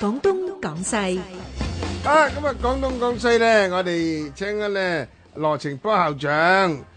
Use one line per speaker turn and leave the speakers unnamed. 廣東廣西
啊，咁啊，廣東廣西咧，我哋請緊咧羅晴波校長